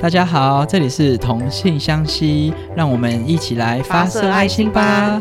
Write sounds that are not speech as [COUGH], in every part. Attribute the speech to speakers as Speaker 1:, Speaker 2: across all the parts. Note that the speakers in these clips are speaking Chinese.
Speaker 1: 大家好，这里是同性相吸，让我们一起来发射爱心吧。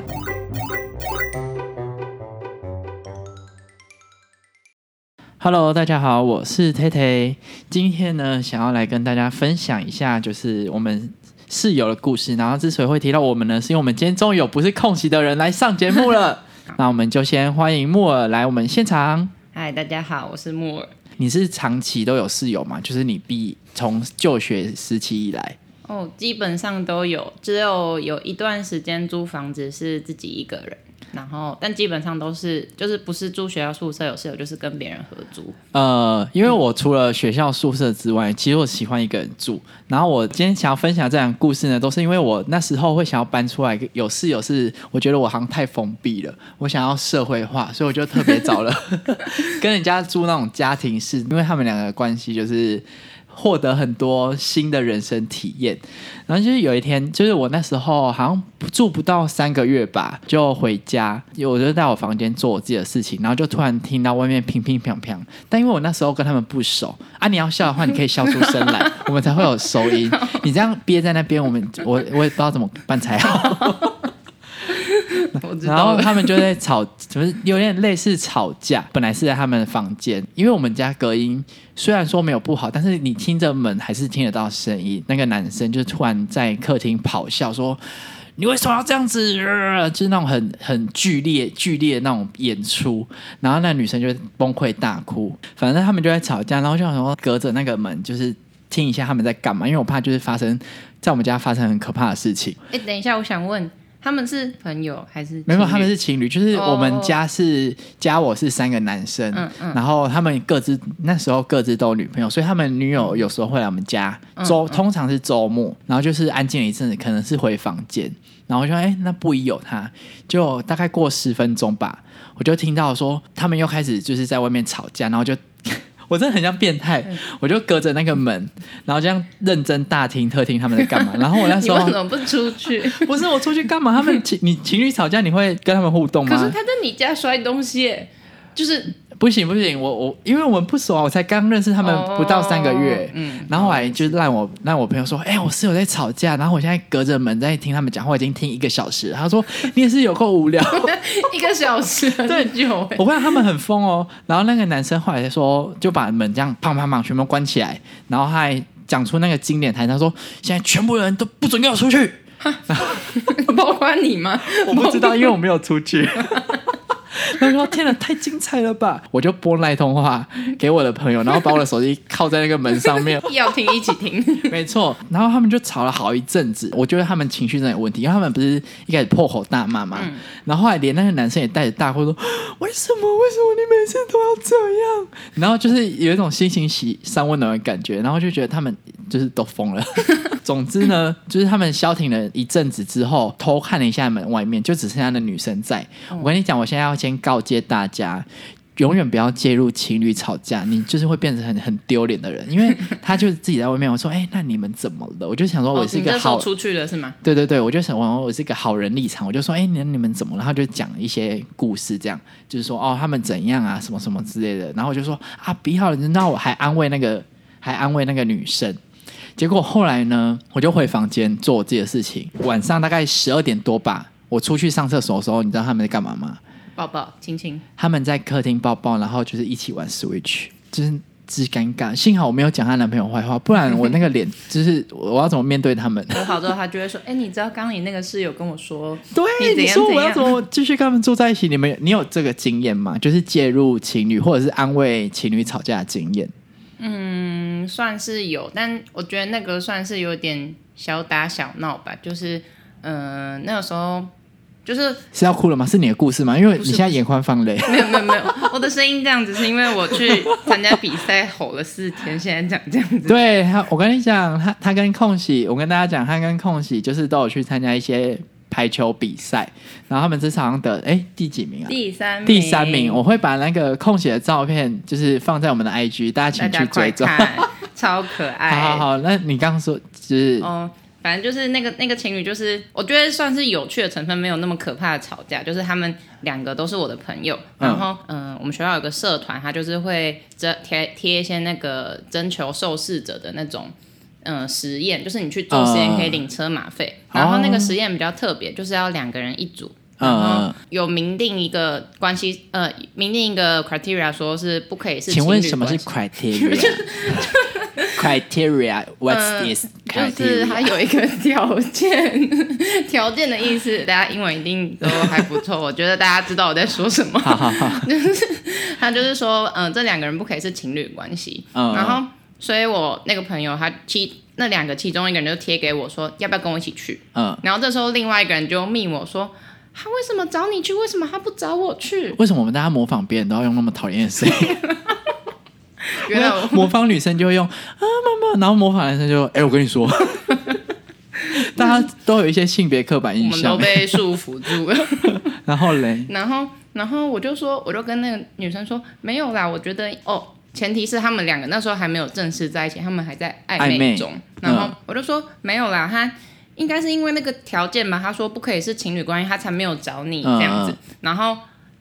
Speaker 1: Hello，大家好，我是 t 推。今天呢，想要来跟大家分享一下，就是我们室友的故事。然后之所以会提到我们呢，是因为我们今天终于有不是空袭的人来上节目了。那我们就先欢迎木耳来我们现场。
Speaker 2: 嗨，大家好，我是木耳。
Speaker 1: 你是长期都有室友吗？就是你毕从就学时期以来，
Speaker 2: 哦，基本上都有，只有有一段时间租房子是自己一个人，然后但基本上都是就是不是住学校宿舍有室友，就是跟别人合
Speaker 1: [LAUGHS]
Speaker 2: 租。
Speaker 1: 呃，因为我除了学校宿舍之外，其实我喜欢一个人住。然后我今天想要分享这两个故事呢，都是因为我那时候会想要搬出来，有室友是我觉得我好像太封闭了， [LAUGHS] 我想要社会化，所以我就特别找了 [LAUGHS] 跟人家住那种家庭式，因为他们两个的关系就是获得很多新的人生体验。然后就是有一天，就是我那时候好像住不到三个月吧，就回家，我就在我房间做我自己的事情，然后就突然听到外面乒乒乓乓。但因为我那时候跟他们不熟啊，你要笑的话，你可以笑出声来，我们才会有收音。你这样憋在那边，我们我我也不知道怎么办才好。
Speaker 2: 我知
Speaker 1: 然
Speaker 2: 道
Speaker 1: 后
Speaker 2: 了，
Speaker 1: 他们就在吵， [LAUGHS] 就是有点类似吵架。本来是在他们的房间，因为我们家隔音虽然说没有不好，但是你听着门还是听得到声音。那个男生就突然在客厅咆哮说：“你为什么要这样子？” [LAUGHS] 呃就是那种很很剧烈剧烈的那种演出。然后那女生就崩溃大哭。反正他们就在吵架，然后就想说隔着那个门就是听一下他们在干嘛，因为我怕就是发生在我们家发生很可怕的事情。
Speaker 2: 哎、等一下，我想问，他们是朋友还是情侣？
Speaker 1: 没有，他们是情侣，就是
Speaker 2: 哦
Speaker 1: 我们家是、加我是三个男生，
Speaker 2: 嗯嗯
Speaker 1: 然后他们各自那时候各自都有女朋友，所以他们女友有时候会来我们家，
Speaker 2: 嗯
Speaker 1: 周、通常是周末，然后就是安静了一阵子，可能是回房间，然后我就说，哎、那不宜有他，就大概过十分钟吧，我就听到说他们又开始就是在外面吵架，然后就。 [LAUGHS] 我真的很像变态，
Speaker 2: 嗯
Speaker 1: 我就隔着那个门，然后这样认真大听特听他们在干嘛。然后我那
Speaker 2: 你
Speaker 1: 时
Speaker 2: 为
Speaker 1: 候
Speaker 2: 什么不出
Speaker 1: [LAUGHS]
Speaker 2: 去？
Speaker 1: 不是我出去干嘛？他们情你 [LAUGHS] 情侣吵架，你会跟他们互动
Speaker 2: 可是
Speaker 1: 吗？
Speaker 2: 他在你家摔东西耶，就是
Speaker 1: 不行不行，我我因为我们不熟啊，我才刚认识他
Speaker 2: 他
Speaker 1: 们不到三个月。
Speaker 2: 嗯， [LAUGHS]
Speaker 1: 然后我还就让我让我朋友说，哎、我室友在吵架，然后我现在隔着门在听他们讲话，已经听一个小时了。他说 [LAUGHS] 你也是有够无聊， [LAUGHS]
Speaker 2: 一个小时很久耶，
Speaker 1: 我看他们很疯哦。然后那个男生后来说，就把门这样砰砰砰全部关起来，然后他还讲出那个经典台词，他说现在全部人都不准给我出去，
Speaker 2: 包括你吗？
Speaker 1: 我不知道，因为我没有出去。 [LAUGHS] 他说：“天哪，太精彩了吧！” [LAUGHS] 我就拨那一通话给我的朋友，然后把我的手机靠在那个门上 [LAUGHS] 面。
Speaker 2: [LAUGHS] 要听一起听。
Speaker 1: 没错，然后他们就吵了好一阵子。我觉得他们情绪真的有问题，因为他们不是一开始破口大骂嘛，然后后来连那个男生也带着大哭说：“为什么？为什么你每次都要这样？”然后就是有一种心情喜三温暖的感觉，然后就觉得他们就是都疯了。 [LAUGHS] 总之呢，就是他们消停了一阵子之后，偷看了一下门外面，就只剩下那女生在。我跟你讲，我现在要先告诫大家。永远不要介入情侣吵架，你就是会变成很很丢脸的人，因为他就是自己在外面。我说，哎、那你们怎么了？我就想说， [LAUGHS] 我是一
Speaker 2: 哦你
Speaker 1: 个
Speaker 2: 那时候
Speaker 1: 好
Speaker 2: 出去了是吗？
Speaker 1: 对对对，我就想我我是一个好人立场，我就说，哎、你你们怎么了？然后就讲一些故事，这样就是说，哦，他们怎样啊，什么什么之类的。然后我就说，啊，不要了，那我还安慰那个，还安慰那个女生。结果后来呢，我就回房间做我自己的事情。晚上大概十二点多吧，我出去上厕所的时候，你知道他们在干嘛吗？
Speaker 2: 抱抱，亲亲。
Speaker 1: 他们在客厅抱抱，然后就是一起玩 Switch，就是之尴尬。幸好我没有讲她男朋友坏话，不然我那个脸就是我要怎么面对他们？
Speaker 2: 和好之后，他就会说：“哎、你知道刚刚你那个室友跟我说，
Speaker 1: 对，
Speaker 2: 你
Speaker 1: 你
Speaker 2: 怎样
Speaker 1: 说我
Speaker 2: 怎
Speaker 1: 要
Speaker 2: 样
Speaker 1: 怎么继续跟他们住在一起？你们有你有这个经验吗？就是介入情侣或者是安慰情侣吵架的经验？
Speaker 2: 嗯，算是有，但我觉得那个算是有点小打小闹吧，就是，嗯，那个时候就是
Speaker 1: 是要哭了吗？是你的故事吗？因为你现在眼眶放泪。
Speaker 2: 没有没有没有，我的声音这样子是因为我去参加比赛吼了四天，现在讲这样子。
Speaker 1: 对他，我跟你讲，他他跟空喜，我跟大家讲，他跟空喜就是都有去参加一些排球比赛，然后他们这次好像得哎第几名啊？
Speaker 2: 第三名，
Speaker 1: 第三名，我会把那个空姐的照片就是放在我们的 IG，大家
Speaker 2: 大
Speaker 1: 请
Speaker 2: 家
Speaker 1: 去追
Speaker 2: 快
Speaker 1: 踪。
Speaker 2: 看，超可爱。
Speaker 1: [LAUGHS] 好好好，那你刚刚说就是、
Speaker 2: 哦，反正就是那个那个情侣，就是我觉得算是有趣的成分，没有那么可怕的吵架。就是他们两个都是我的朋友，
Speaker 1: 嗯
Speaker 2: 然后嗯、呃我们学校有个呃社团，他就是会征贴贴一些那个征求受试者的那种。呃实验，就是你去做实验可以领车马费，
Speaker 1: 哦
Speaker 2: 然后那个实验比较特别，就是要两个人一组。然后
Speaker 1: 嗯，
Speaker 2: 有明定一个关系，呃，明定一个 criteria，说是不可以是
Speaker 1: 请
Speaker 2: 情侣
Speaker 1: 问
Speaker 2: 关系。
Speaker 1: 什么是
Speaker 2: [LAUGHS]
Speaker 1: criteria？criteria what's
Speaker 2: 嗯
Speaker 1: this
Speaker 2: 就是它
Speaker 1: criteria？
Speaker 2: 有一个条件，条件 [LAUGHS] 的意思，大家英文一定都还不错，我觉得大家知道我在说什么。 [LAUGHS] 他就是说，嗯、这两个人不可以是情侣关系。
Speaker 1: 嗯
Speaker 2: 然后，所以我那个朋友他其那两个其中一个人就贴给我说，要不要跟我一起去？
Speaker 1: 嗯，
Speaker 2: 然后这时候另外一个人就命我说，他为什么找你去？为什么他不找我去？
Speaker 1: 为什么我们大家模仿别人都要用那么讨厌的声音？
Speaker 2: [LAUGHS] 原来我
Speaker 1: [LAUGHS] 模仿女生就会用啊妈妈，然后模仿男生就哎、我跟你
Speaker 2: [LAUGHS]
Speaker 1: 说，大家都有一些性别刻板
Speaker 2: 我
Speaker 1: 印
Speaker 2: 们都
Speaker 1: 象。
Speaker 2: 被束缚住了。
Speaker 1: 然后嘞，
Speaker 2: 然后，然后我就说，我就跟那个女生说，没有啦，我觉得哦，前提是他们两个那时候还没有正式在一起，他们还在暧
Speaker 1: 暧昧
Speaker 2: 中。
Speaker 1: 嗯
Speaker 2: 然后我就说没有啦，他应该是因为那个条件吧，他说不可以是情侣关系，他才没有找你
Speaker 1: 嗯
Speaker 2: 这样子
Speaker 1: 嗯。
Speaker 2: 然后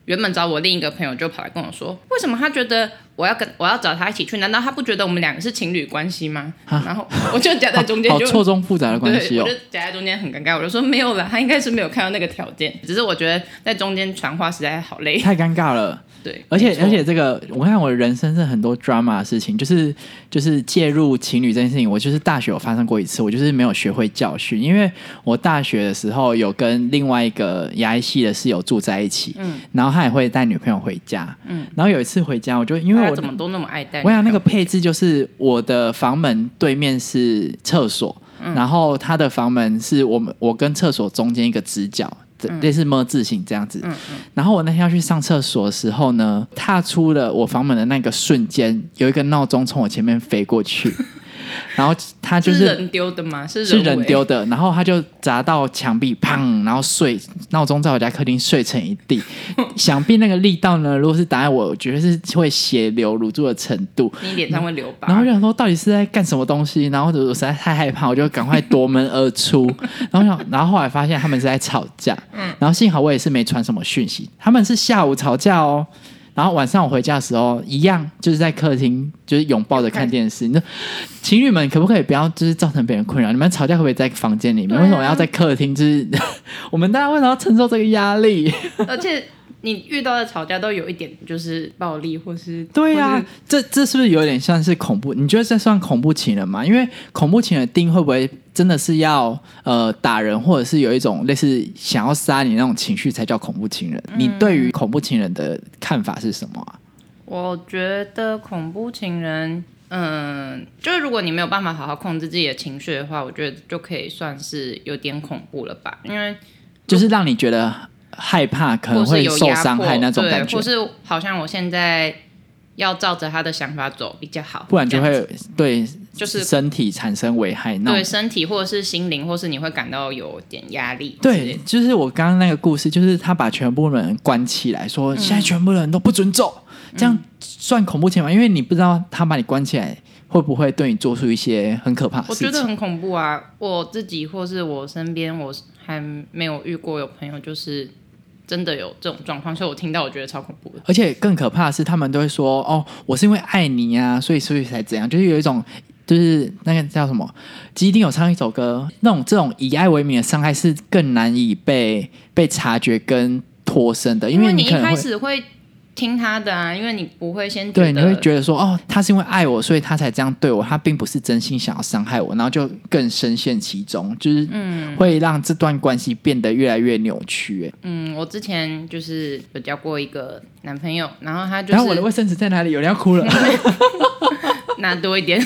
Speaker 2: 原本找我另一个朋友就跑来跟我说，为什么他觉得我要跟我要找他一起去？难道他不觉得我们两个是情侣关系吗？然后我就夹在中间
Speaker 1: 好
Speaker 2: 就
Speaker 1: 错综复杂的关系
Speaker 2: 对，
Speaker 1: 哦
Speaker 2: 我就。夹在中间很尴尬，我就说没有啦，他应该是没有看到那个条件，只是我觉得在中间传话实在好累。
Speaker 1: 太尴尬了，
Speaker 2: 对，
Speaker 1: 而且
Speaker 2: 没错
Speaker 1: 而且这个，我看我人生是很多 drama 的事情，就是就是介入情侣这件事情，我就是大学有发生过一次，我就是没有学会教训，因为我大学的时候有跟另外一个牙医系的室友住在一起，嗯，然后他也会带女朋友回家，嗯，然后有一次回家，我就因为
Speaker 2: 大家
Speaker 1: 我
Speaker 2: 怎么都那么爱戴
Speaker 1: 我，想那个配置就是我的房门对面是厕所，然后他的房门是我们我跟厕所中间一个直角。类似么字形这样子，然后我那天要去上厕所的时候呢，踏出了我房门的那个瞬间，有一个闹钟从我前面飞过去，然后他就是是
Speaker 2: 人丢的吗？是
Speaker 1: 是
Speaker 2: 人
Speaker 1: 人
Speaker 2: 为
Speaker 1: 丢的，然后他就砸到墙壁，砰，然后碎，闹钟在我家客厅碎成一地。想必那个力道呢，如果是打在我，我觉得是会血流如注的程度。
Speaker 2: 你脸上会留疤。
Speaker 1: 然后就想说到底是在干什么东西，然后我实在太害怕，我就赶快夺门而出。然后想，然后后来发现他们是在吵架，
Speaker 2: 嗯
Speaker 1: 然后幸好我也是没传什么讯息，他们是下午吵架哦。然后晚上我回家的时候，一样就是在客厅，就是拥抱着看电视。你说，情侣们可不可以不要就是造成别人困扰？你们吵架可不可以在房间里面？
Speaker 2: 对啊
Speaker 1: 为什么要在客厅？就是 [LAUGHS] 我们大家为什么要承受这个压力？
Speaker 2: 而且你遇到的吵架都有一点就是暴力，或是
Speaker 1: [LAUGHS] 对啊呀、
Speaker 2: 或是
Speaker 1: 这这是不是有点像是恐怖？你觉得这算恐怖情人吗？因为恐怖情人的定义会不会真的是要呃打人，或者是有一种类似想要杀你那种情绪才叫恐怖情人？
Speaker 2: 嗯
Speaker 1: 你对于恐怖情人的看法是什么啊？
Speaker 2: 我觉得恐怖情人，嗯，就是如果你没有办法好好控制自己的情绪的话，我觉得就可以算是有点恐怖了吧，因为。
Speaker 1: 就是让你觉得害怕，可能
Speaker 2: 或是
Speaker 1: 会
Speaker 2: 有
Speaker 1: 受
Speaker 2: 压
Speaker 1: 伤
Speaker 2: 迫
Speaker 1: 害那种
Speaker 2: 对
Speaker 1: 感觉
Speaker 2: 或，是好像我现在要照着他的想法走比较好，
Speaker 1: 不然就
Speaker 2: 这样
Speaker 1: 会对
Speaker 2: 就是
Speaker 1: 身体产生危害。那种
Speaker 2: 对身体或者是心灵，或是你会感到有点压力。
Speaker 1: 对，，就是我刚刚那个故事，就是他把全部人关起来，说现在全部人都不准走，
Speaker 2: 嗯
Speaker 1: 这样算恐怖情吗？因为你不知道他把你关起来会不会对你做出一些很可怕的
Speaker 2: 我
Speaker 1: 事情。
Speaker 2: 觉得很恐怖啊！我自己或是我身边，我还没有遇过有朋友就是真的有这种状况，所以我听到我觉得超恐怖的。
Speaker 1: 而且更可怕的是，他们都会说：“哦，我是因为爱你啊，所以所以才怎样。”就是有一种，就是那个叫什么，吉丁有唱一首歌，那种这种以爱为名的伤害是更难以被被察觉跟脱身的，因
Speaker 2: 为
Speaker 1: 你
Speaker 2: 一
Speaker 1: 可能
Speaker 2: 开
Speaker 1: 会
Speaker 2: 始会听他的啊，因为你不会先
Speaker 1: 对，你
Speaker 2: 得
Speaker 1: 会觉得说，哦，他是因为爱我，所以他才这样对我，他并不是真心想要伤害我，然后就更深陷其中，就是
Speaker 2: 嗯
Speaker 1: 会让这段关系变得越来越扭曲。哎
Speaker 2: 嗯，我之前就是有交过一个男朋友，然后他就是
Speaker 1: 然后我的卫生纸在哪里？有人要
Speaker 2: [LAUGHS]
Speaker 1: 哭了。 [LAUGHS]
Speaker 2: 拿多一点， [LAUGHS]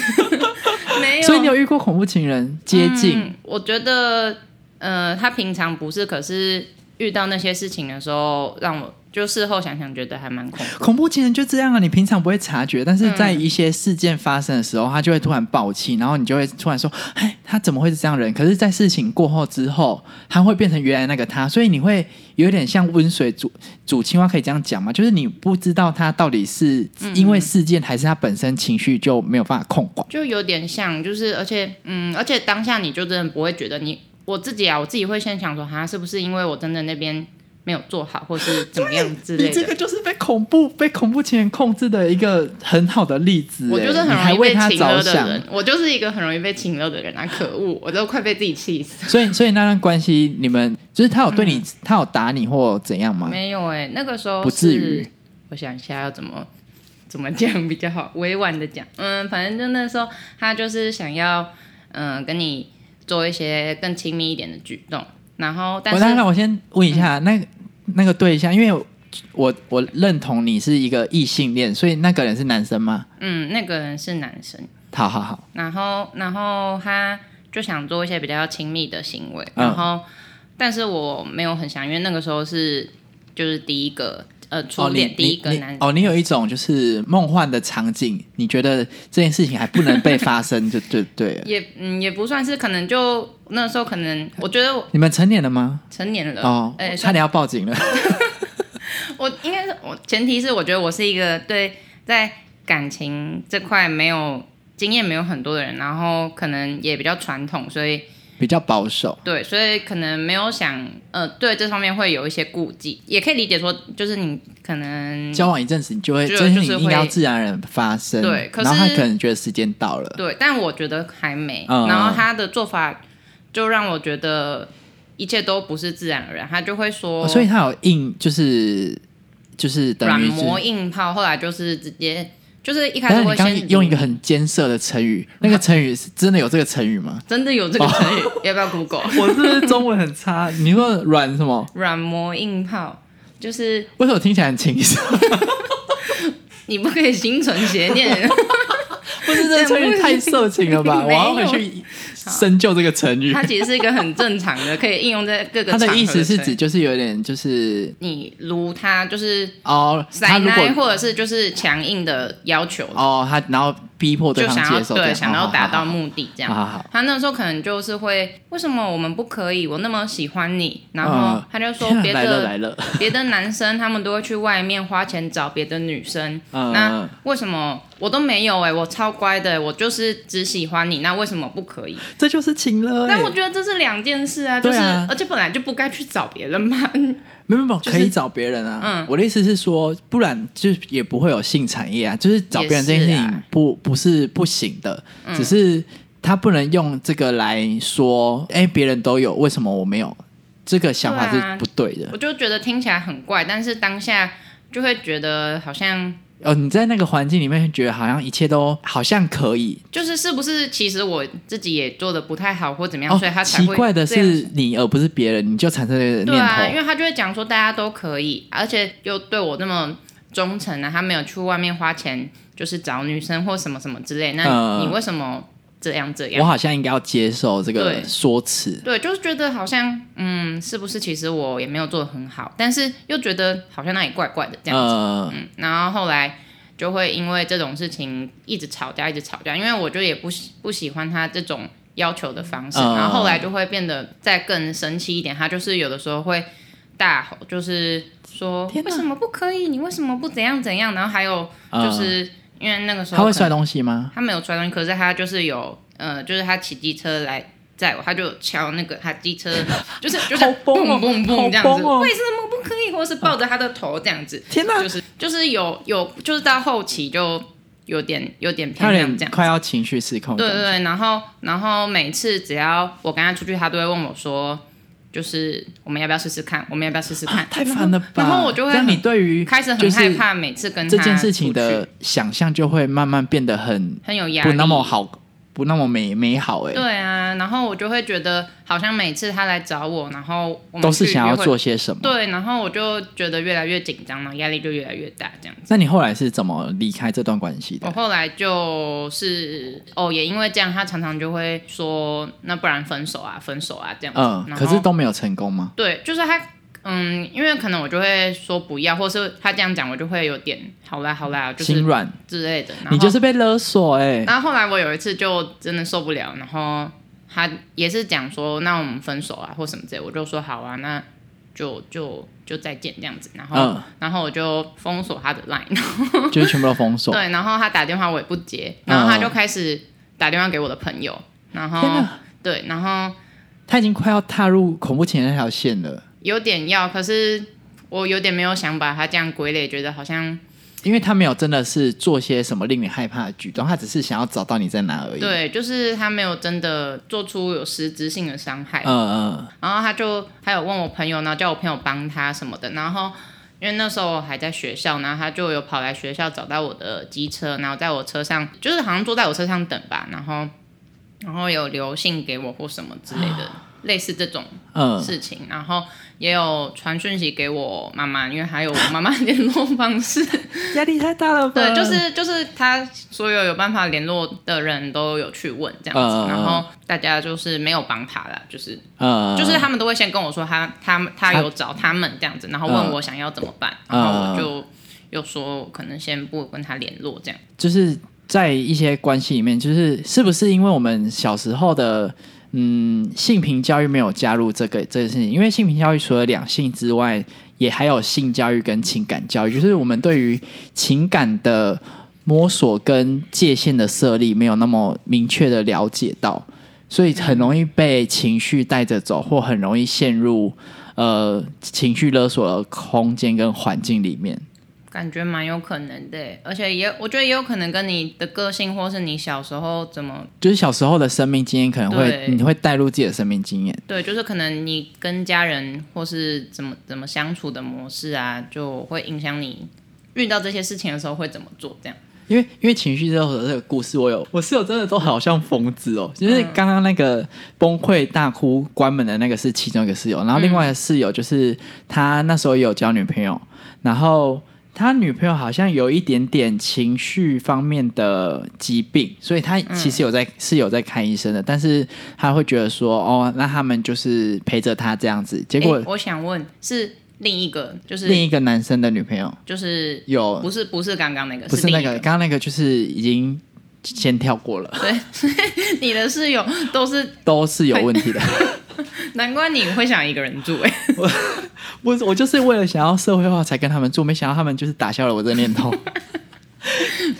Speaker 2: 没有。
Speaker 1: 所以你有遇过恐怖情人接近？
Speaker 2: 嗯我觉得，呃，他平常不是，可是遇到那些事情的时候，让我就事后想想，觉得还蛮恐怖。
Speaker 1: 恐怖情人就这样啊，你平常不会察觉，但是在一些事件发生的时候，他就会突然暴气，然后你就会突然说：“哎，他怎么会是这样的人？”可是，在事情过后之后，他会变成原来那个他，所以你会有点像温水煮煮青蛙，可以这样讲吗？就是你不知道他到底是因为事件，还是他本身情绪就没有办法控管。
Speaker 2: 就有点像，就是而且，嗯，而且当下你就真的不会觉得你我自己啊，我自己会先想说，哈，是不是因为我真的那边。没有做好，或是怎么样之
Speaker 1: 你
Speaker 2: 类
Speaker 1: 这
Speaker 2: 的
Speaker 1: 个。就是被恐怖、被恐怖情人控制的一个很好的例子、
Speaker 2: 我就是
Speaker 1: 哎
Speaker 2: 很
Speaker 1: 你还
Speaker 2: 容易
Speaker 1: 为
Speaker 2: 被
Speaker 1: 他
Speaker 2: 情
Speaker 1: 着
Speaker 2: 勒的
Speaker 1: 想，
Speaker 2: 人，我就是一个很容易被情勒的人啊！可恶，我都快被自己气死。
Speaker 1: 所以所以那段关系，你们就是他有对你，他有打你或怎样吗？
Speaker 2: 没有哎、那个时候
Speaker 1: 啊不至于
Speaker 2: 是。我想一下要怎么怎么讲比较好，委婉的讲。嗯，反正就那时候他就是想要嗯、跟你做一些更亲密一点的举动，然后但
Speaker 1: 我哦
Speaker 2: 是嗯
Speaker 1: 那那我先问一下，那那个对象，因为我我认同你是一个异性恋，所以那个人是男生吗？
Speaker 2: 嗯那个人是男生，
Speaker 1: 好好好，
Speaker 2: 然后然后他就想做一些比较亲密的行为，
Speaker 1: 嗯
Speaker 2: 然后、但是我没有很想，因为那个时候是就是第一个呃初
Speaker 1: 哦，你
Speaker 2: 恋、第一个
Speaker 1: 你
Speaker 2: 男
Speaker 1: 你哦，你有一种就是梦幻的场景，你觉得这件事情还不能被发生，就 [LAUGHS] 对对了。
Speaker 2: 也嗯也不算是，可能就那时候可能我觉得我
Speaker 1: 你们成年了吗？
Speaker 2: 成年了
Speaker 1: 哦，
Speaker 2: 哎、
Speaker 1: 差点要报警了。 [LAUGHS]
Speaker 2: 我应该是我前提是我觉得我是一个对在感情这块没有经验没有很多的人，然后可能也比较传统，所以
Speaker 1: 比较保守，
Speaker 2: 对，所以可能没有想呃对这方面会有一些顾忌，也可以理解说就是你可能
Speaker 1: 交往一阵子你就会，
Speaker 2: 嗯就
Speaker 1: 这件事
Speaker 2: 就是
Speaker 1: 情
Speaker 2: 会
Speaker 1: 应该要自然而然发生。
Speaker 2: 对可是
Speaker 1: 然后他可能觉得时间到了，
Speaker 2: 对，但我觉得还没。
Speaker 1: 嗯
Speaker 2: 然后他的做法就让我觉得一切都不是自然而然，他就会说，
Speaker 1: 哦所以他有硬，就是就是等
Speaker 2: 软
Speaker 1: 于是。
Speaker 2: 磨硬泡，后来就是直接就是一开
Speaker 1: 但
Speaker 2: 始
Speaker 1: 是你
Speaker 2: 会
Speaker 1: 刚刚
Speaker 2: 先
Speaker 1: 用一个很艰涩的成语，那个成语是真的有这个成语吗？
Speaker 2: 真的有这个
Speaker 1: 哦
Speaker 2: 成语，要不要 Google？
Speaker 1: [LAUGHS] 我是不是中文很差？ [LAUGHS] 你说软什么？
Speaker 2: 软磨硬泡就是
Speaker 1: 为什么听起来很清 [LAUGHS] 涩？
Speaker 2: 你不可以心存邪
Speaker 1: [LAUGHS]
Speaker 2: 念，
Speaker 1: 不是这个成语太色情了吧？我
Speaker 2: [LAUGHS] 没有
Speaker 1: 要回去深究这个成语
Speaker 2: 它。其实是一个很正常的，可以应用在各个
Speaker 1: 它
Speaker 2: 场合
Speaker 1: 的意思是
Speaker 2: 成语
Speaker 1: 指就是有点就是
Speaker 2: 你撸他就是
Speaker 1: 哦，他
Speaker 2: 塞
Speaker 1: 如
Speaker 2: 奶，
Speaker 1: 果
Speaker 2: 或者是就是强硬的要求，
Speaker 1: 哦他然后逼迫对
Speaker 2: 就
Speaker 1: 方
Speaker 2: 想要
Speaker 1: 接受这样，
Speaker 2: 对想要达到
Speaker 1: 目
Speaker 2: 目的这
Speaker 1: 好
Speaker 2: 样。
Speaker 1: 好好。
Speaker 2: 他那时候可能就是会，为什么我们不可以？我那么喜欢你，然后
Speaker 1: 嗯
Speaker 2: 他就说
Speaker 1: 天啊 [LAUGHS]
Speaker 2: 别
Speaker 1: 来了来
Speaker 2: 的
Speaker 1: 了，
Speaker 2: 别的男生他们都会去外面花钱找别的女生，
Speaker 1: 嗯
Speaker 2: 那为什么我都没有哎、我超乖的、我就是只喜欢你，那为什么不可以？
Speaker 1: 这就是情了欸。
Speaker 2: 但我觉得这是两件事啊，就是、
Speaker 1: 对啊
Speaker 2: 而且本来就不该去找别人嘛。
Speaker 1: 没有没有，可以找别人啊。
Speaker 2: 嗯
Speaker 1: 我的意思是说，不然就是也不会有性产业啊。就是找别人这件事
Speaker 2: 也是
Speaker 1: 情
Speaker 2: 啊嗯
Speaker 1: 不不是不行的，只是他不能用这个来说，哎，别人都有，为什么我没有？这个想法
Speaker 2: 对
Speaker 1: 是
Speaker 2: 啊
Speaker 1: 不对的。
Speaker 2: 我就觉得听起来很怪，但是当下就会觉得好像
Speaker 1: 哦，你在那个环境里面觉得好像一切都好像可以。
Speaker 2: 就是是不是其实我自己也做的不太好或怎么样，
Speaker 1: 哦
Speaker 2: 所以他，才
Speaker 1: 奇
Speaker 2: 会
Speaker 1: 怪的
Speaker 2: 这样
Speaker 1: 是你而不是别人，你就产生了这个
Speaker 2: 对
Speaker 1: 念
Speaker 2: 啊，因
Speaker 1: 头。
Speaker 2: 为他就会讲说大家都可以，而且又对我那么忠诚啊，他没有去外面花钱就是找女生或什么什么之类，那
Speaker 1: 嗯
Speaker 2: 你为什么这样这
Speaker 1: 我
Speaker 2: 样？
Speaker 1: 好像应该要接受这个
Speaker 2: 对
Speaker 1: 说辞。
Speaker 2: 对，就是觉得好像，嗯，是不是其实我也没有做的很好，但是又觉得好像那里怪怪的这样子，
Speaker 1: 呃，
Speaker 2: 嗯，然后后来就会因为这种事情一直吵架，一直吵架，因为我就也不喜不喜欢他这种要求的方式，
Speaker 1: 嗯
Speaker 2: 然后后来就会变得再更生气一点，他就是有的时候会大吼，就是说
Speaker 1: 天哪
Speaker 2: 为什么不可以，你为什么不怎样怎样，然后还有
Speaker 1: 嗯
Speaker 2: 就是、因为那个时候
Speaker 1: 他会
Speaker 2: 可能
Speaker 1: 摔东西吗？
Speaker 2: 他没有摔东西，可是他就是有，呃，就是他骑机车来载我，他就敲那个他
Speaker 1: [LAUGHS]
Speaker 2: 机车，就是就是
Speaker 1: 好
Speaker 2: 蹦
Speaker 1: 崩哦
Speaker 2: 蹦
Speaker 1: 好
Speaker 2: 蹦这样
Speaker 1: 崩
Speaker 2: 子，
Speaker 1: 哦
Speaker 2: 为什么不可以？或是抱着他的头这样子，
Speaker 1: 天哪，
Speaker 2: 就是就是有有，就是到后期就有点有点
Speaker 1: 他
Speaker 2: 偏
Speaker 1: 有
Speaker 2: 向这
Speaker 1: 点
Speaker 2: 样。
Speaker 1: 快要情绪失控。
Speaker 2: 对对对，然后然后每次只要我跟他出去，他都会问我说，就是我们要不要试试看？我们要不要试试看？
Speaker 1: 啊太烦了吧？
Speaker 2: 啊然后我就会
Speaker 1: 这样你
Speaker 2: 很
Speaker 1: 对于
Speaker 2: 开始
Speaker 1: 就
Speaker 2: 很
Speaker 1: 是
Speaker 2: 害怕，每次跟他
Speaker 1: 这件事情
Speaker 2: 出
Speaker 1: 的想象就会慢慢变得很
Speaker 2: 去很有压力，
Speaker 1: 不那么好，不那么美美好哎、
Speaker 2: 对啊，然后我就会觉得好像每次他来找我，然后我们
Speaker 1: 都是
Speaker 2: 去
Speaker 1: 想要
Speaker 2: 约会
Speaker 1: 做些什么。
Speaker 2: 对，然后我就觉得越来越紧张，然后压力就越来越大，这样。
Speaker 1: 那你后来是怎么离开这段关系
Speaker 2: 我
Speaker 1: 的？
Speaker 2: 后来就是哦，也因为这样，他常常就会说，那不然分手啊，分手啊这样子。
Speaker 1: 嗯，
Speaker 2: 然后
Speaker 1: 可是都没有成功吗？
Speaker 2: 对，就是他，嗯，因为可能我就会说不要，或是他这样讲，我就会有点好啦好啦，就
Speaker 1: 心
Speaker 2: 是
Speaker 1: 软，
Speaker 2: 之类的。然后
Speaker 1: 你就是被勒索哎、
Speaker 2: [LAUGHS] 然后后来我有一次就真的受不了，然后他也是讲说，那我们分手啊，或什么之类，我就说好啊，那就就就再见这样子。然后、
Speaker 1: 嗯哦
Speaker 2: 然后我就封锁他的 line，
Speaker 1: [LAUGHS] 就是全部都封锁。
Speaker 2: 对，然后他打电话我也不接，然后他就开始打电话给我的朋友，然
Speaker 1: 天
Speaker 2: 后
Speaker 1: 哪，
Speaker 2: 对，然后
Speaker 1: 他已经快要踏入恐怖情人那条线了。
Speaker 2: 有点要，可是我有点没有想把它这样归类，觉得好像
Speaker 1: 因为他没有真的是做些什么令你害怕的举动，他只是想要找到你在哪而已。，
Speaker 2: 对，就是他没有真的做出有实质性的伤害。
Speaker 1: 嗯嗯，
Speaker 2: 然后他就还有问我朋友，然后叫我朋友帮他什么的。然后因为那时候我还在学校，然后他就有跑来学校找到我的机车，然后在我车上，就是好像坐在我车上等吧。然后，然后有留信给我或什么之类的，类似这种
Speaker 1: 嗯，
Speaker 2: 事情。然后也有传讯息给我妈妈，因为还有我妈妈联络方式。
Speaker 1: 压力太大了吧？
Speaker 2: 对，就是就是他所有有办法联络的人都有去问这
Speaker 1: 嗯
Speaker 2: 样
Speaker 1: 嗯
Speaker 2: 子，
Speaker 1: 嗯
Speaker 2: 然后大家就是没有帮他啦，就是
Speaker 1: 嗯，嗯，
Speaker 2: 就是他们都会先跟我说他他他有找他们这样子，然后问我想要怎么办，
Speaker 1: 嗯
Speaker 2: 然后我就又说可能先不跟他联络这样。
Speaker 1: 就是在一些关系里面，就是是不是因为我们小时候的嗯性平教育没有加入这个这件事情？因为性平教育除了两性之外，也还有性教育跟情感教育，就是我们对于情感的摸索跟界限的设立没有那么明确的了解到，所以很容易被情绪带着走，或很容易陷入。呃，情绪勒索的空间跟环境里面，
Speaker 2: 感觉蛮有可能的耶，而且也我觉得也有可能跟你的个性，或是你小时候怎么
Speaker 1: 就是小时候的生命经验可能会
Speaker 2: 对，
Speaker 1: 你会带入自己的生命经验。
Speaker 2: 对，就是可能你跟家人或是怎么怎么相处的模式啊，就会影响你遇到这些事情的时候会怎么做这样。
Speaker 1: 因为因为情绪勒索的这个故事，我有我室友真的都好像疯子哦，
Speaker 2: 嗯
Speaker 1: 就是刚刚那个崩溃大哭关门的那个是其中一个室友，然后另
Speaker 2: 嗯
Speaker 1: 外的室友就是他那时候也有交女朋友，然后他女朋友好像有一点点情绪方面的疾病，所以他其
Speaker 2: 嗯
Speaker 1: 实有在、是有在看医生的，但是他会觉得说哦，那他们就是陪着他这样子，结果
Speaker 2: 诶我想问是另一个，就是
Speaker 1: 另一个男生的女朋友
Speaker 2: 就是
Speaker 1: 有
Speaker 2: 不是不是刚刚那个，
Speaker 1: 不是
Speaker 2: 另
Speaker 1: 那
Speaker 2: 一
Speaker 1: 个，刚刚那个就是已经先跳过了，
Speaker 2: [LAUGHS] 你的室友都是，
Speaker 1: 都是有问 [LAUGHS] 题的。
Speaker 2: 难怪你会想一个人住哎、
Speaker 1: 我我就是为了想要社会化才跟他们住，没想到他们就是打消了我这念头。
Speaker 2: [LAUGHS]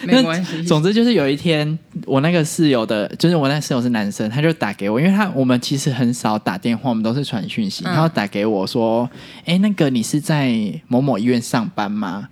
Speaker 2: 没关系，
Speaker 1: [LAUGHS] 总之就是有一天，我那个室友的，就是我那室友是男生，他就打给我，因为他我们其实很少打电话，我们都是传讯息。
Speaker 2: 嗯
Speaker 1: 然后打给我说：“哎、那个你是在某某医院上班吗？”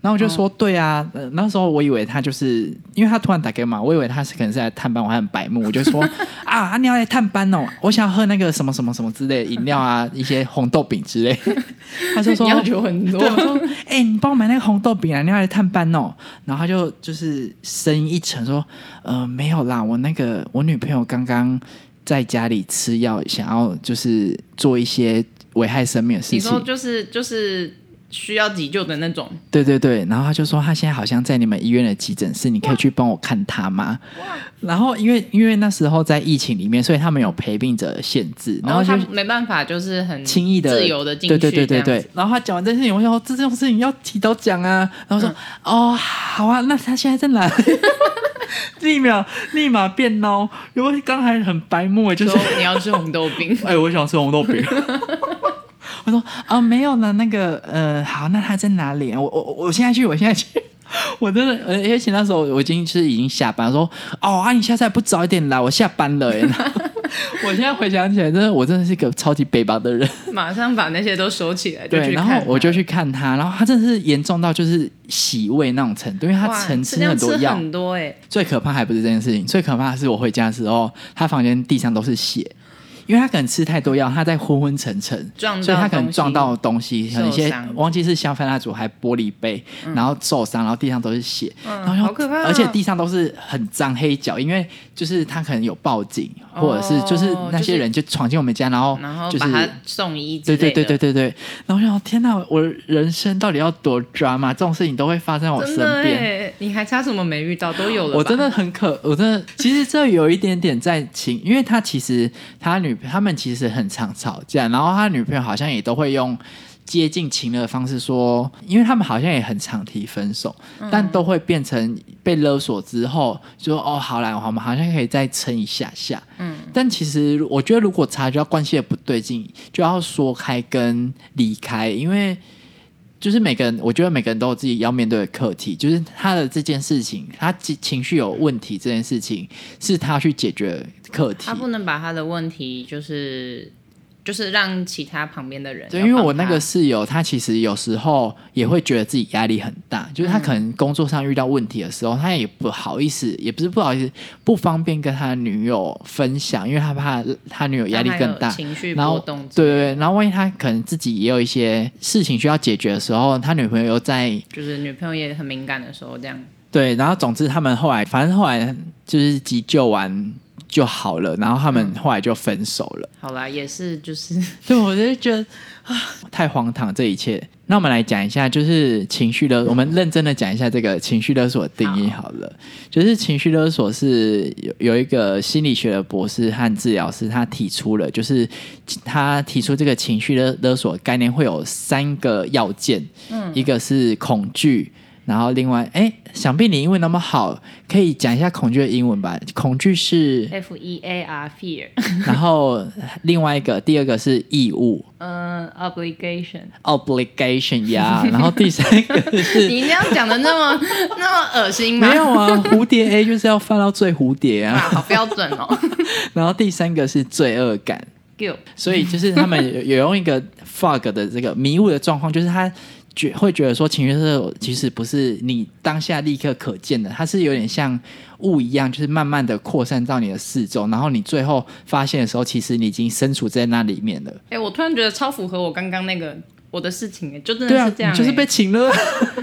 Speaker 1: 然后
Speaker 2: 嗯
Speaker 1: 我就说：“对啊。呃”那时候我以为他就是，因为他突然打给我嘛，我以为他是可能是来探班，我还很白目，我就说：“ [LAUGHS] 啊啊，你要来探班哦，我想要喝那个什么什么什么之类的饮料啊，一些红豆饼之类。” [LAUGHS] 他就说：“
Speaker 2: 你要求很
Speaker 1: 对，我
Speaker 2: 多，
Speaker 1: 说，哎、你帮我买那个红豆饼啊，你要来探班哦。然后他就就是声音一沉说，呃，没有啦，我那个我女朋友刚刚在家里吃药，想要就是做一些危害生命的事
Speaker 2: 你说
Speaker 1: 情。
Speaker 2: 就是就是需要急救的那种，
Speaker 1: 对对对，然后他就说他现在好像在你们医院的急诊室，你可以去帮我看他吗？然后因为因为那时候在疫情里面，所以他们有陪病者的限制，然后就
Speaker 2: 哦他没办法，就是很
Speaker 1: 轻易的
Speaker 2: 自由的进去，
Speaker 1: 对对对对对。然后他讲完这件事情，我想说这种事情要提早讲啊。然后
Speaker 2: 嗯
Speaker 1: 说、哦，好啊，那他现在在哪？ [LAUGHS] 立马立马变孬，因为刚才很白目，
Speaker 2: 这
Speaker 1: 就
Speaker 2: 样
Speaker 1: 是
Speaker 2: 子，说你要吃红豆饼，
Speaker 1: [LAUGHS] 哎、我想吃红豆
Speaker 2: [LAUGHS]
Speaker 1: 饼。我说啊、没有呢，那个呃，好，那他在哪里？我我我我现在去，我现在去。 [LAUGHS] 我真的，呃而且那时候我已经是已经下班，说哦啊，你下次还不早一点来，我下班了欸
Speaker 2: [LAUGHS]
Speaker 1: 耶。然后我现在回想起来，真的，我真的是一个超级北方的人。
Speaker 2: 马上把那些都收起来，就
Speaker 1: 对，
Speaker 2: 去
Speaker 1: 然
Speaker 2: 看
Speaker 1: 后
Speaker 2: 他
Speaker 1: 我就去看他，然后他真的是严重到就是洗胃那种程度，因为他
Speaker 2: 哇
Speaker 1: 曾
Speaker 2: 这
Speaker 1: 吃
Speaker 2: 样
Speaker 1: 很多
Speaker 2: 吃
Speaker 1: 药。
Speaker 2: 很多哎、
Speaker 1: 最可怕还不是这件事情，最可怕的是我回家的时候，他房间地上都是血，因为他可能吃太多药，他在昏昏沉沉，
Speaker 2: 撞到
Speaker 1: 所以他可能
Speaker 2: 东西
Speaker 1: 撞到东西，可能一些
Speaker 2: 受伤
Speaker 1: 忘记是香氛蜡烛还玻璃杯，然后受伤，然后地上都是血，
Speaker 2: 嗯
Speaker 1: 然后
Speaker 2: 好可怕哦
Speaker 1: 而且地上都是很脏黑脚，因为就是他可能有报警，或者是就是
Speaker 2: 哦
Speaker 1: 那些
Speaker 2: 就是
Speaker 1: 人就闯进我们家，然后
Speaker 2: 然后
Speaker 1: 就是
Speaker 2: 把他送医之
Speaker 1: 对
Speaker 2: 类
Speaker 1: 对
Speaker 2: 的，
Speaker 1: 对对对对，然后我想说，天哪，我人生到底要多抓嘛？这种事情都会发生在我身
Speaker 2: 真的哎、
Speaker 1: 边，
Speaker 2: 你还差什么没遇到都有了吧，
Speaker 1: 我真的很可，我真的其实这有一点点在情，因为他其实他女他们其实很常吵架，然后他女朋友好像也都会用接近情勒的方式说，因为他们好像也很常提分手，
Speaker 2: 嗯
Speaker 1: 但都会变成被勒索之后就说哦，好啦，我们好像可以再撑一下下，
Speaker 2: 嗯，
Speaker 1: 但其实我觉得，如果察觉到关系的不对劲，就要说开跟离开，因为就是每个人，我觉得每个人都有自己要面对的课题。就是他的这件事情，他情情绪有问题这件事情，是他去解决的课题
Speaker 2: 他。不能把他的问题就是就是让其他旁边的人
Speaker 1: 对，
Speaker 2: 要
Speaker 1: 因为
Speaker 2: 帮
Speaker 1: 我那个
Speaker 2: 他
Speaker 1: 室友，他其实有时候也会觉得自己压力很大，就是他可能工作上遇到问题的时候，他也不好意思，也不是不好意思，不方便跟他女友分享，因为他怕他女友压力
Speaker 2: 让他有
Speaker 1: 更大。
Speaker 2: 情绪
Speaker 1: 然后
Speaker 2: 波动之
Speaker 1: 对
Speaker 2: 类的，
Speaker 1: 对对，然后万一他可能自己也有一些事情需要解决的时候，他女朋友又在
Speaker 2: 就是女朋友也很敏感的时候，这样
Speaker 1: 对，然后总之他们后来，反正后来就是急救完就好了，然后他们后来就分手了。
Speaker 2: 好啦，也是就是 [LAUGHS]
Speaker 1: [LAUGHS] 对，我就觉得啊，太荒唐这一切。那我们来讲一下，就是情绪勒，我们认真的讲一下这个情绪勒索的定义好了。就是情绪勒索是有有一个心理学的博士和治疗师，他提出了，就是他提出这个情绪勒勒索概念会有三个要件，一个是恐惧。然后另外，哎，想必你英文那么好，可以讲一下恐惧的英文吧？恐惧
Speaker 2: [LAUGHS]
Speaker 1: 是，
Speaker 2: F E A R fear，
Speaker 1: 然后另外一个，第二个是义务，
Speaker 2: 嗯、o b l i g a t i o n
Speaker 1: obligation [LAUGHS] 呀、然后第三个是
Speaker 2: 你这样讲的那么 [LAUGHS] 那么恶心吗？
Speaker 1: 没有啊，蝴蝶 A 就是要放到最蝴蝶
Speaker 2: 啊，
Speaker 1: 啊，
Speaker 2: 好标准哦 [LAUGHS]
Speaker 1: 然后第三个是罪恶感，
Speaker 2: ，guilt，
Speaker 1: 所以就是他们有有用一个 fog 的这个迷雾的状况，就是他觉会觉得说情绪勒索其实不是你当下立刻可见的，它是有点像雾一样，就是慢慢的扩散到你的四周，然后你最后发现的时候，其实你已经身处在那里面了。
Speaker 2: 哎、我突然觉得超符合我刚刚那个我的事情、哎，就真
Speaker 1: 对
Speaker 2: 的
Speaker 1: 啊，
Speaker 2: 是这样、
Speaker 1: 你就是
Speaker 2: 哎
Speaker 1: 被请了。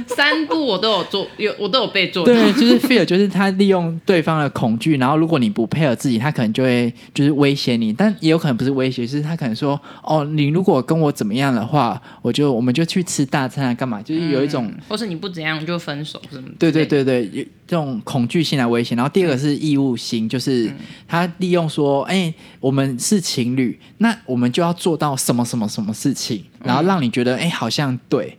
Speaker 2: 三步我都有做，有我都有被做到，
Speaker 1: 对，就是 fear，就是他利用对方的恐惧，然后如果你不配合自己，他可能就会就是威胁你，但也有可能不是威胁，就是他可能说哦，你如果跟我怎么样的话，我就我们就去吃大餐啊，干嘛？就是有一种、
Speaker 2: 嗯或是你不怎样就分手什么，
Speaker 1: 对嗯对，嗯对对，有这种恐惧心来威胁。然后第二个是义务心，就是他利用说，哎、我们是情侣，那我们就要做到什么什么什么事情，然后让你觉得，哎、好像对。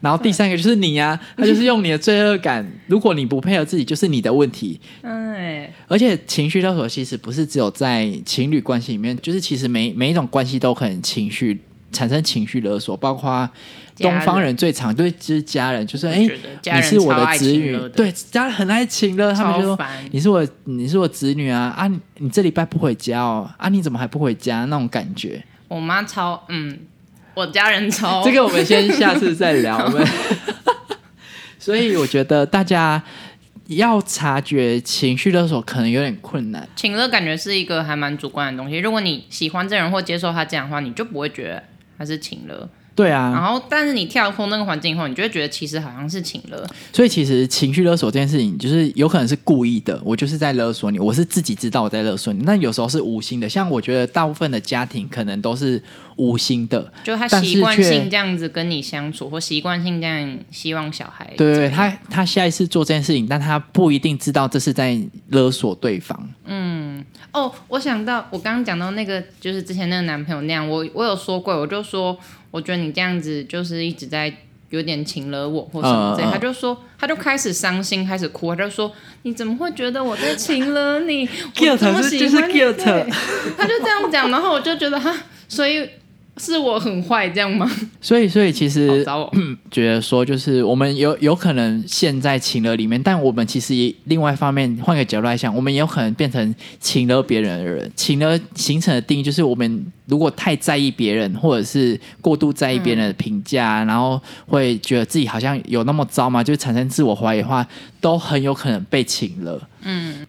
Speaker 1: 然后第三个就是你呀、啊他就是用你的罪恶感，如果你不配合自己，就是你的问题。
Speaker 2: 哎，
Speaker 1: 而且情绪勒索其实不是只有在情侣关系里面，就是其实每每一种关系都可能情绪产生情绪勒索，包括
Speaker 2: 家人
Speaker 1: 东方人最常对就是家人，就是
Speaker 2: 我
Speaker 1: 哎
Speaker 2: 觉得、家
Speaker 1: 你
Speaker 2: 人
Speaker 1: 是我
Speaker 2: 超爱
Speaker 1: 子
Speaker 2: 情
Speaker 1: 女
Speaker 2: 勒，的
Speaker 1: 对，家人很爱情勒，他们就
Speaker 2: 超
Speaker 1: 说
Speaker 2: 烦，
Speaker 1: 你是我你是我子女啊啊，你你这礼拜不回家哦啊，你怎么还不回家那种感觉，
Speaker 2: 我妈超嗯，我家人超
Speaker 1: 这个我们先下次再聊。我
Speaker 2: [LAUGHS]
Speaker 1: 们 [LAUGHS] 所以我觉得大家要察觉情绪勒索可能有点困难。
Speaker 2: 情乐感觉是一个还蛮主观的东西。如果你喜欢这人或接受他这样的话，你就不会觉得他是情乐。
Speaker 1: 对啊，
Speaker 2: 然后，但是你跳脱那个环境后，你就会觉得其实好像是情乐。
Speaker 1: 所以其实情绪勒索这件事情，就是有可能是故意的，我就是在勒索你，我是自己知道我在勒索你。那有时候是无心的，像我觉得大部分的家庭可能都是无心的，
Speaker 2: 就他
Speaker 1: 但
Speaker 2: 习
Speaker 1: 是
Speaker 2: 惯性
Speaker 1: 却
Speaker 2: 这样子跟你相处，或习惯性这样希望小孩
Speaker 1: 对对
Speaker 2: 怎么
Speaker 1: 对，
Speaker 2: 样
Speaker 1: 他他下一次做这件事情，但他不一定知道这是在勒索对方。
Speaker 2: 哦，我想到我刚刚讲到那个，就是之前那个男朋友那样，我我有说过，我就说我觉得你这样子就是一直在有点请了我或什么之
Speaker 1: 嗯嗯
Speaker 2: 类，
Speaker 1: 嗯
Speaker 2: 他就说他就开始伤心，开始哭，他就说你怎么会觉得我在请了你我
Speaker 1: [LAUGHS] Guilt，
Speaker 2: 这么喜
Speaker 1: 这
Speaker 2: 欢你
Speaker 1: 就是 guilt
Speaker 2: 对他就这样讲，然后我就觉得哈，所以是我很坏这样吗？
Speaker 1: 所以所以其
Speaker 2: [LAUGHS] 好
Speaker 1: 实
Speaker 2: 找我，
Speaker 1: 觉得说，就是我们有有可能陷在情勒里面，但我们其实也另外一方面换个角度来想，我们也有可能变成情勒别人的人。情勒形成的定义就是，我们如果太在意别人，或者是过度在意别人的评价，然后会觉得自己好像有那么糟吗？就产生自我怀疑的话，都很有可能被情勒。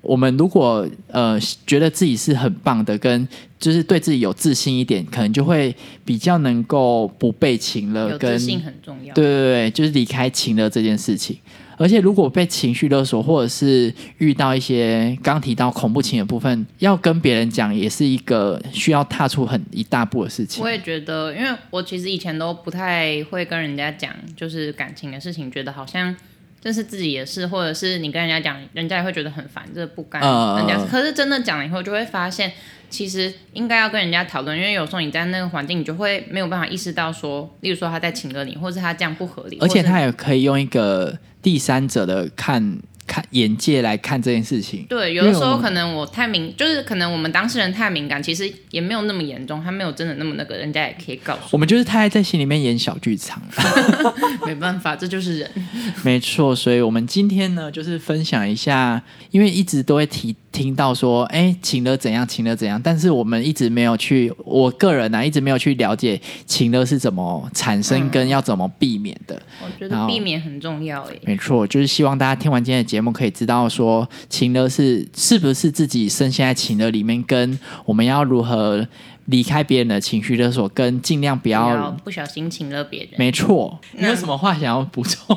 Speaker 1: 我们如果呃觉得自己是很棒的，跟就是对自己有自信一点，可能就会比较能够不被情勒，
Speaker 2: 有
Speaker 1: 呃跟
Speaker 2: 自信很重要。
Speaker 1: 对对对，就是离开情勒这件事情。而且，如果被情绪勒索，或者是遇到一些刚提到恐怖情的部分，要跟别人讲，也是一个需要踏出很一大步的事情
Speaker 2: 我。也觉得，因为我其实以前都不太会跟人家讲，就是感情的事情，觉得好像这是自己的事，或者是你跟人家讲，人家也会觉得很烦，这不干
Speaker 1: 嗯
Speaker 2: 人家
Speaker 1: 嗯嗯。
Speaker 2: 可是真的讲了以后，就会发现其实应该要跟人家讨论，因为有时候你在那个环境，你就会没有办法意识到说，例如说他在请了你，或是他这样不合理，
Speaker 1: 而且
Speaker 2: 或是
Speaker 1: 他也可以用一个第三者的看看眼界来看这件事情。
Speaker 2: 对，
Speaker 1: 因
Speaker 2: 有
Speaker 1: 为
Speaker 2: 的时
Speaker 1: 我
Speaker 2: 候
Speaker 1: 们
Speaker 2: 可能我太敏，就是可能我们当事人太敏感，其实也没有那么严重，他没有真的那么那个，人家也可以告诉
Speaker 1: 我们就是太爱在心里面演小剧场了。
Speaker 2: 我，没办法，这就是人。
Speaker 1: [LAUGHS] 没错，所以我们今天呢，就是分享一下，因为一直都会提听到说，哎，情勒怎样，情勒怎样，但是我们一直没有去，我个人呢、啊、一直没有去了解情勒是怎么产生跟要怎么避免的。
Speaker 2: [LAUGHS] 我觉
Speaker 1: 然
Speaker 2: 得
Speaker 1: 后
Speaker 2: 避免很重要诶。
Speaker 1: 没错，就是希望大家听完今天的节目，可以知道说，情勒是是不是自己深陷在情勒里面，跟我们要如何离开别人的情绪勒索，跟尽量不
Speaker 2: 不
Speaker 1: 要。
Speaker 2: 要不小心请了别人，
Speaker 1: 没错，你
Speaker 2: 那
Speaker 1: 有什么话想要补充？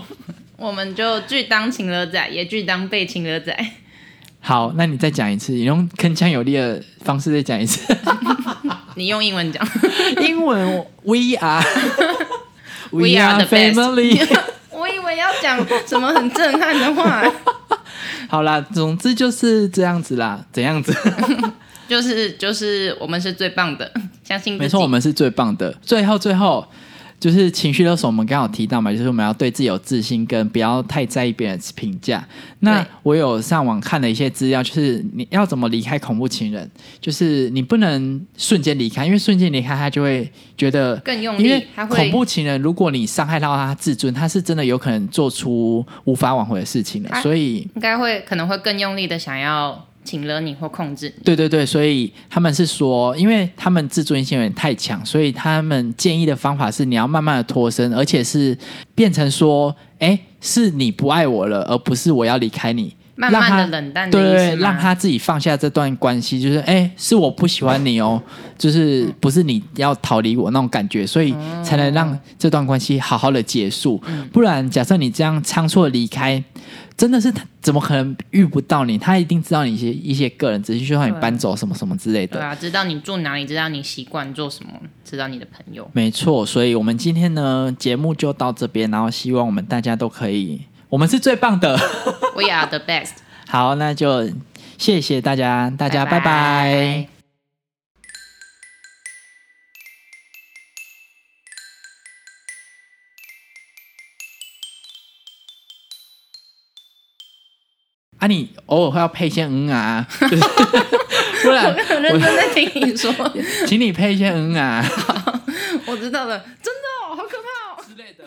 Speaker 2: 我们就拒当请了仔，也拒当被请了仔。 [LAUGHS]
Speaker 1: 好，那你再讲一次，你用铿锵有力的方式再讲一
Speaker 2: [LAUGHS]
Speaker 1: 次。
Speaker 2: 你用英文讲 [LAUGHS]
Speaker 1: 英文，We are
Speaker 2: We are the best
Speaker 1: family。 [LAUGHS]
Speaker 2: 我以为要讲什么很震撼的话，
Speaker 1: 好啦，总之就是这样子啦，怎样子？
Speaker 2: 就是就是我们是最棒的， [LAUGHS] 相信自己
Speaker 1: 没错，我们是最棒的。最后，最后就是情绪勒索，我们刚好提到嘛，就是我们要对自己有自信，跟不要太在意别人的评价。那
Speaker 2: 对
Speaker 1: 我有上网看了一些资料，就是你要怎么离开恐怖情人，就是你不能瞬间离开，因为瞬间离开他就会觉得
Speaker 2: 更用
Speaker 1: 因为
Speaker 2: 力，他
Speaker 1: 恐
Speaker 2: 会
Speaker 1: 怖情人，如果你伤害到他自尊，他是真的有可能做出无法挽回的事情的。
Speaker 2: 啊
Speaker 1: 所以，
Speaker 2: 应该会可能会更用力的想要请了你或控制你。
Speaker 1: 对对对，所以他们是说，因为他们自尊心有点太强，所以他们建议的方法是你要慢慢的脱身，而且是变成说，哎，是你不爱我了，而不是我要离开你。
Speaker 2: 慢
Speaker 1: 让
Speaker 2: 慢
Speaker 1: 他
Speaker 2: 的冷淡的
Speaker 1: 对
Speaker 2: 意
Speaker 1: 对
Speaker 2: 思
Speaker 1: 对，
Speaker 2: 吗
Speaker 1: 让他自己放下这段关系，就是哎，是我不喜欢你哦， [LAUGHS] 就是不是你要逃离我那种感觉，所以才能让这段关系好好的结束。不然，假设你这样仓促的离开，真的是他怎么可能遇不到你？他一定知道你一些一些个人资讯，就让你
Speaker 2: 对
Speaker 1: 搬走什么什么之类
Speaker 2: 对
Speaker 1: 的。
Speaker 2: 啊，知道你住哪里，知道你习惯做什么，知道你的朋
Speaker 1: [LAUGHS]
Speaker 2: 友。
Speaker 1: 没错，所以我们今天呢节目就到这边，然后希望我们大家都可以，我们是最棒的。 [LAUGHS]
Speaker 2: We are the best。
Speaker 1: 好，那就谢谢大家，大
Speaker 2: 大
Speaker 1: 家拜拜啊，你偶尔会要配一些嗯啊，就是 [LAUGHS] 不然
Speaker 2: [LAUGHS] 我很认真在听你说，
Speaker 1: [LAUGHS] 请你配一些嗯啊
Speaker 2: 我知道了，真的、哦、好可怕哦。
Speaker 1: 之类的。